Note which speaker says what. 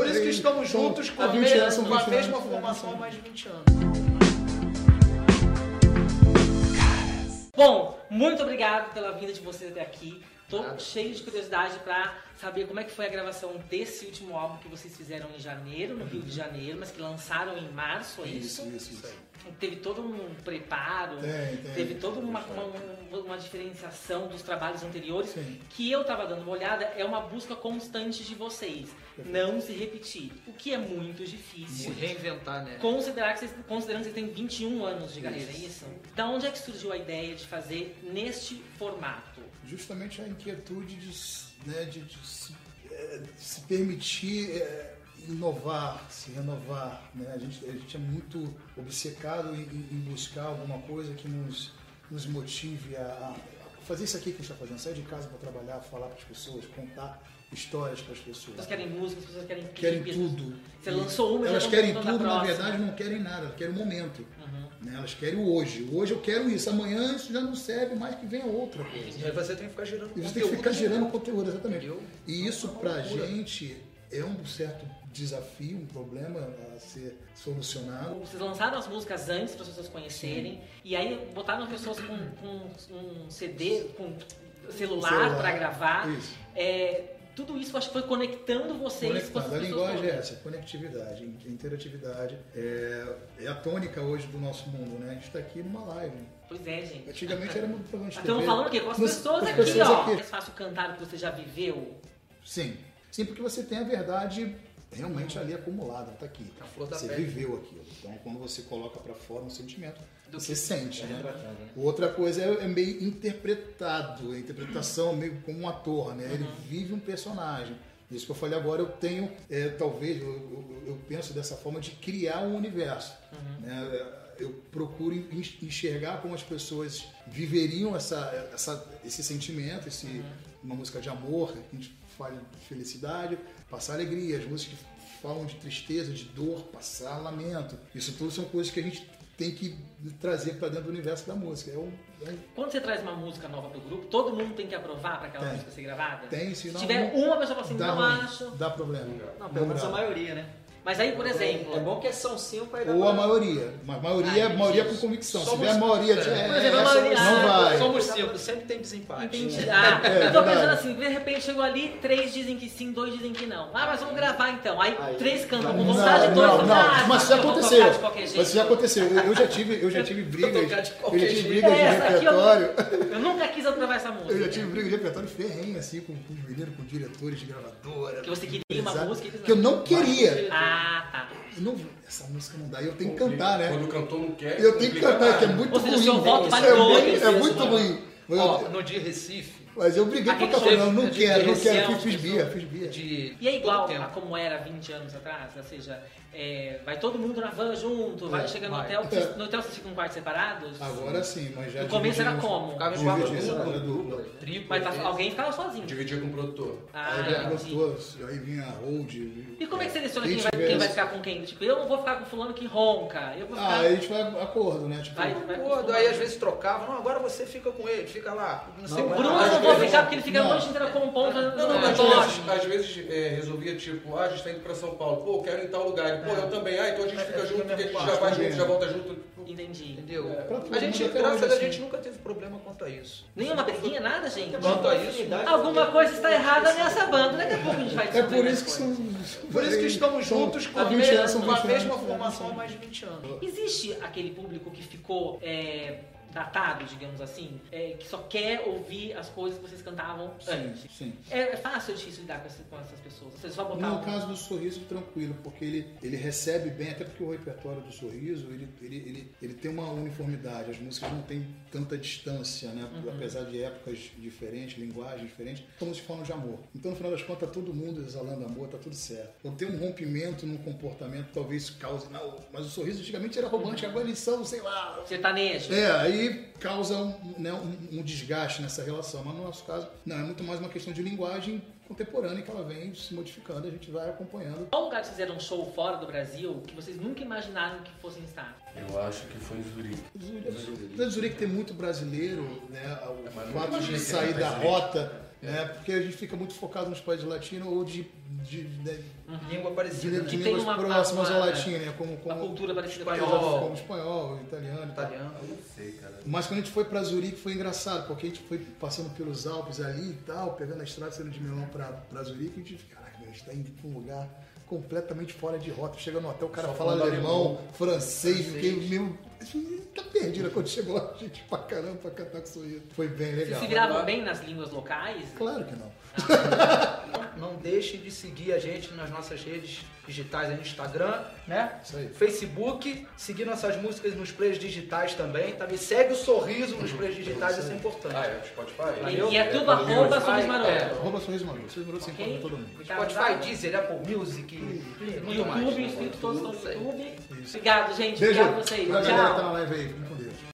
Speaker 1: eles estão juntos com
Speaker 2: há
Speaker 1: a,
Speaker 2: 20
Speaker 1: me-
Speaker 2: anos, são
Speaker 1: com a
Speaker 2: 20
Speaker 1: mesma
Speaker 2: anos,
Speaker 1: formação
Speaker 2: é,
Speaker 1: há
Speaker 2: sim.
Speaker 1: mais de 20 anos.
Speaker 3: Bom, muito obrigado pela vinda de vocês até aqui. Tô
Speaker 2: Nada.
Speaker 3: cheio de curiosidade pra saber como é que foi a gravação desse último álbum que vocês fizeram em janeiro, no Rio de Janeiro, mas que lançaram em março, é isso?
Speaker 2: Isso, isso, isso.
Speaker 3: Teve todo um preparo,
Speaker 2: Tem, tem.
Speaker 3: teve toda uma, uma, uma diferenciação dos trabalhos anteriores
Speaker 2: Sim.
Speaker 3: que eu tava dando uma olhada, é uma busca constante de vocês. Não se repetir, o que é muito difícil.
Speaker 4: Se reinventar, né?
Speaker 3: Considerar que vocês, considerando que vocês têm 21 anos de carreira, é isso? Da onde é que surgiu a ideia de fazer neste formato?
Speaker 2: justamente a inquietude de, s- né, de- de se, eh, se permitir eh, inovar, se renovar. né? A, gente, a gente é muito obcecado em, em- em buscar alguma coisa que nos, nos motive a, a fazer isso aqui que a gente está fazendo, sair de casa para trabalhar, falar para as pessoas, contar histórias para as pessoas.
Speaker 3: Vocês querem música, as pessoas querem
Speaker 2: Querem
Speaker 3: clipe.
Speaker 2: tudo.
Speaker 3: Você lançou uma, já
Speaker 2: Elas
Speaker 3: não
Speaker 2: querem
Speaker 3: perguntou
Speaker 2: tudo,
Speaker 3: da
Speaker 2: na
Speaker 3: próxima.
Speaker 2: verdade não querem nada, elas querem o momento. né? Elas querem o hoje. Hoje eu quero isso, amanhã isso já não serve mais que venha outra coisa.
Speaker 4: E aí você tem que ficar girando
Speaker 2: E você tem que ficar gerando conteúdo, né? exatamente.
Speaker 4: Entendeu?
Speaker 2: E isso
Speaker 4: Uma
Speaker 2: pra
Speaker 4: loucura.
Speaker 2: gente é um certo desafio, um problema a ser solucionado.
Speaker 3: Uhum. Vocês lançaram as músicas antes para as pessoas conhecerem, e aí botaram as pessoas com, com um CD, com celular
Speaker 2: Celular,
Speaker 3: para gravar.
Speaker 2: Isso.
Speaker 3: É, tudo isso eu acho que foi conectando vocês com as
Speaker 2: Conectado. A
Speaker 3: pessoas.
Speaker 2: linguagem é essa, conectividade, in- interatividade. É, é a tônica hoje do nosso mundo, né? A gente tá aqui numa live.
Speaker 3: Pois é, gente.
Speaker 2: Antigamente era muito programa de TV.
Speaker 3: Estamos falando o quê? Com as
Speaker 2: Nos-
Speaker 3: pessoas
Speaker 2: com as
Speaker 3: aqui,
Speaker 2: pessoas
Speaker 3: ó.
Speaker 2: aqui.
Speaker 3: É mais fácil cantar o que você já viveu.
Speaker 2: Sim. Sim, porque você tem a verdade realmente ali acumulada, tá aqui.
Speaker 4: Uhum. A flor da
Speaker 2: você
Speaker 4: pele.
Speaker 2: viveu aquilo. Então, quando você coloca pra fora um sentimento,
Speaker 4: Do
Speaker 2: você sente, né?
Speaker 4: retratado, né?
Speaker 2: Outra coisa é, é meio interpretado, a interpretação meio como um ator, né?
Speaker 4: Uhum.
Speaker 2: Ele vive um personagem. Isso que eu falei agora, eu tenho, é, talvez, eu, eu- eu penso dessa forma de criar um universo. né? Eu procuro enx- enxergar como as pessoas viveriam essa, essa- esse sentimento, esse,
Speaker 3: Uhum.
Speaker 2: uma música de amor, que a gente fala de felicidade, passar alegria, as músicas que falam de tristeza, de dor, passar lamento. Isso tudo são coisas que a gente tem que trazer pra dentro do universo da música. É um, é um-
Speaker 3: Quando você traz uma música nova pro grupo, todo mundo tem que aprovar para aquela
Speaker 2: Tem.
Speaker 3: música ser gravada?
Speaker 2: tem, se
Speaker 3: Se
Speaker 2: não,
Speaker 3: tiver uma pessoa que fala assim,
Speaker 2: dá
Speaker 3: não
Speaker 2: ruim,
Speaker 3: acho.
Speaker 2: dá problema.
Speaker 4: Não, pelo menos
Speaker 2: dá.
Speaker 4: a maioria, né?
Speaker 3: Mas aí, por exemplo,
Speaker 4: É bom que são cinco, aí dá
Speaker 2: Ou a
Speaker 4: pra-
Speaker 2: maioria, mas maioria, é
Speaker 4: Ah, entendi.
Speaker 2: maioria com convicção. Se
Speaker 4: Somos-
Speaker 2: tiver a maioria,
Speaker 4: É.
Speaker 2: de- é,
Speaker 3: Por exemplo, a
Speaker 2: é,
Speaker 3: maioria-
Speaker 2: não
Speaker 3: Ah,
Speaker 2: vai.
Speaker 4: Somos cinco, sempre tem desempate.
Speaker 1: né?
Speaker 3: Entendi. Ah, eu tô pensando
Speaker 2: É, verdade.
Speaker 3: assim, de repente chegou ali, três dizem que sim, dois dizem que não. Ah, mas vamos gravar então. Aí,
Speaker 4: Aí,
Speaker 3: três cantam
Speaker 2: Não,
Speaker 3: com vontade, dois
Speaker 2: não,
Speaker 3: falam, ah,
Speaker 2: não, mas isso já
Speaker 3: eu vou
Speaker 2: aconteceu.
Speaker 3: tocar de qualquer jeito.
Speaker 2: Mas isso já aconteceu. Eu, eu já tive, eu já tive
Speaker 4: Vou tocar de
Speaker 2: brigas, eu
Speaker 4: qualquer
Speaker 2: já tive
Speaker 4: jeito.
Speaker 2: brigas de
Speaker 3: É, essa aqui eu-
Speaker 2: repertório.
Speaker 3: Eu nunca quis aprovar essa música.
Speaker 2: Eu já tive briga de repertório ferrenha, assim, com, com os meninos, com diretores de gravadora.
Speaker 3: Que você queria uma
Speaker 2: Exato.
Speaker 3: música e eles
Speaker 2: Que eu
Speaker 3: não.
Speaker 2: não queria.
Speaker 3: Ah, tá.
Speaker 2: Eu não- essa música não dá. Eu tenho que cantar, né?
Speaker 5: Quando o cantor não quer.
Speaker 2: Eu tenho que
Speaker 5: complica
Speaker 2: cantar, que é
Speaker 5: nada.
Speaker 2: muito
Speaker 3: Ou seja,
Speaker 2: ruim.
Speaker 3: seu voto vale
Speaker 2: é,
Speaker 3: dois,
Speaker 2: muito-
Speaker 3: isso,
Speaker 2: é muito
Speaker 3: né?
Speaker 2: ruim. Mas eu-
Speaker 4: Ó, no dia Recife,
Speaker 2: mas eu briguei pra
Speaker 3: Aquele
Speaker 2: caramba.
Speaker 4: chefe
Speaker 2: Eu não
Speaker 4: de
Speaker 2: quero, não quero.
Speaker 4: direção,
Speaker 2: Fiz, fiz
Speaker 4: de
Speaker 2: bia, fiz bia.
Speaker 4: de.
Speaker 3: E é igual
Speaker 4: todo
Speaker 3: a
Speaker 4: tempo.
Speaker 3: como era 20 anos atrás, ou seja, é, vai todo mundo na van junto, vai
Speaker 2: É,
Speaker 3: chegando
Speaker 4: vai.
Speaker 3: no hotel, vocês-
Speaker 2: É.
Speaker 3: no hotel vocês ficam em quartos separados?
Speaker 2: Agora sim, mas já
Speaker 3: no começo era
Speaker 2: dividimos-
Speaker 3: como?
Speaker 4: Ficava em
Speaker 2: Dividir
Speaker 4: quatro
Speaker 2: essa
Speaker 4: dupla,
Speaker 2: hora dupla.
Speaker 4: dupla, tripla.
Speaker 3: Mas
Speaker 4: às
Speaker 3: a-
Speaker 4: vezes.
Speaker 3: alguém ficava sozinho.
Speaker 5: Dividia com o produtor.
Speaker 3: Ah,
Speaker 2: Aí vinha
Speaker 3: entendi.
Speaker 2: gostoso, aí vinha hold.
Speaker 3: E como é que seleciona
Speaker 2: Quem
Speaker 3: quem vai,
Speaker 2: tiver-
Speaker 3: quem vai ficar com quem? Tipo, eu não vou ficar com fulano que ronca, eu vou
Speaker 2: Ah,
Speaker 3: ficar...
Speaker 2: aí a gente vai acordo, né? Tipo,
Speaker 3: Vai, vai
Speaker 4: Gordo, aí às vezes trocava, não, agora você fica com ele, fica lá. Não sei
Speaker 2: Não, é
Speaker 4: quanto.
Speaker 3: Bruno
Speaker 5: Às
Speaker 3: não vou
Speaker 5: vezes-
Speaker 3: ficar porque ele fica a
Speaker 2: não.
Speaker 3: noite inteira compondo, fazendo
Speaker 5: Não, não,
Speaker 3: eu
Speaker 5: mas
Speaker 3: gosto.
Speaker 5: às vezes, às vezes, é, resolvia tipo, ah, a gente tá indo pra São Paulo, pô, eu quero ir em tal lugar, pô,
Speaker 3: É.
Speaker 5: eu também, ah, então a gente fica junto, porque a gente já
Speaker 2: é.
Speaker 5: vai junto, já volta junto.
Speaker 3: Entendi.
Speaker 4: Entendeu?
Speaker 2: pra todo
Speaker 4: a gente,
Speaker 2: mundo até
Speaker 4: graças a
Speaker 2: hoje,
Speaker 4: Deus, a gente
Speaker 2: assim.
Speaker 4: nunca teve problema quanto a isso.
Speaker 3: Nenhuma briguinha, nada, gente?
Speaker 4: Quanto a isso,
Speaker 3: Alguma coisa está errada nessa banda, daqui a pouco a gente vai
Speaker 2: É
Speaker 3: descobrir
Speaker 2: por
Speaker 3: as
Speaker 2: isso que
Speaker 3: coisas.
Speaker 2: são.
Speaker 1: Por isso que estamos
Speaker 2: são-
Speaker 1: juntos com
Speaker 2: Então, há
Speaker 1: a,
Speaker 2: 20
Speaker 1: me-
Speaker 2: anos, são
Speaker 1: com a
Speaker 2: 20 anos,
Speaker 1: mesma
Speaker 2: é.
Speaker 1: formação há mais de 20 anos.
Speaker 3: Uhum. Existe aquele público que ficou é, datado, digamos assim, é, que só quer ouvir as coisas que vocês cantavam antes.
Speaker 2: Sim, sim.
Speaker 3: É, é fácil ou difícil lidar com, esse- com essas pessoas? Você só botar
Speaker 2: No
Speaker 3: um-
Speaker 2: caso do sorriso, tranquilo, porque ele, ele recebe bem, até porque o repertório do sorriso ele, ele, ele, ele tem uma uniformidade, as músicas não têm tanta distância, né? Apesar de épocas diferentes, linguagens diferentes, estamos falando de amor. Então, no final das contas, tá todo mundo exalando amor, tá tudo certo. Quando tem um rompimento num comportamento, talvez isso cause. Não, mas o sorriso antigamente era romântico, agora eles são, sei lá,
Speaker 3: sertanejo.
Speaker 2: é, aí causa um, né, um- um desgaste nessa relação, mas no nosso caso, não, é muito mais uma questão de linguagem contemporânea que ela vem se modificando, a gente vai acompanhando.
Speaker 3: Qual lugar que vocês fizeram um show fora do Brasil que vocês nunca imaginaram que fossem estar?
Speaker 5: Eu acho que foi em Zurique.
Speaker 2: Eu diria que tem muito brasileiro, né, o
Speaker 5: mas não
Speaker 2: fato
Speaker 5: imagina
Speaker 2: de
Speaker 5: que
Speaker 2: sair
Speaker 5: tem
Speaker 2: da
Speaker 5: brasileiro. É.
Speaker 2: rota, né, porque a gente fica muito focado nos países latinos ou de de, de,
Speaker 4: Língua
Speaker 2: de,
Speaker 4: parecida,
Speaker 2: de
Speaker 4: né?
Speaker 3: tem
Speaker 2: línguas
Speaker 3: uma-
Speaker 2: próximas à
Speaker 3: uma-
Speaker 2: latina, como,
Speaker 3: Uma
Speaker 2: como,
Speaker 3: cultura parecida com a
Speaker 4: Espanhol.
Speaker 3: nossa.
Speaker 2: como espanhol, italiano. e tal.
Speaker 4: Italiano.
Speaker 5: Eu não sei, cara.
Speaker 2: Mas quando a gente foi pra Zurique foi engraçado, porque a gente foi passando pelos Alpes ali e tal, pegando a estrada saindo de Milão pra, pra Zurique, e a gente fica, caraca, a gente tá indo pra um lugar completamente fora de rota. Chega no hotel, o cara
Speaker 5: Só
Speaker 2: fala
Speaker 5: falando
Speaker 2: alemão, francês,
Speaker 4: Francês.
Speaker 2: fiquei meio. Tá perdido quando chegou lá, a gente pra caramba pra cantar com sorriso. Foi bem
Speaker 3: Vocês
Speaker 2: legal.
Speaker 3: se viravam bem nas línguas locais?
Speaker 2: Claro que não.
Speaker 4: Não deixe de seguir a gente nas nossas redes digitais, aí no Instagram, né?
Speaker 2: Isso aí.
Speaker 4: Facebook, seguir nossas músicas nos plays digitais também, tá? Me segue o sorriso nos plays digitais, isso é
Speaker 5: Ah,
Speaker 4: importante.
Speaker 5: é, Spotify?
Speaker 4: Valeu.
Speaker 3: E é tudo arroba
Speaker 4: Spotify,
Speaker 3: Sorriso Maroto.
Speaker 2: Arroba sorriso maroto. Sorriso maroto
Speaker 3: Ok?
Speaker 2: você encontra todo mundo.
Speaker 4: É. Spotify, Deezer, Apple Music,
Speaker 3: No
Speaker 4: muito mais.
Speaker 3: YouTube, inscrito todos no
Speaker 4: Isso aí.
Speaker 3: YouTube. Obrigado, gente.
Speaker 2: Beijo.
Speaker 3: Obrigado a vocês.
Speaker 2: Pra galera que tá
Speaker 3: Tchau.
Speaker 2: na live aí. Fiquem com Deus.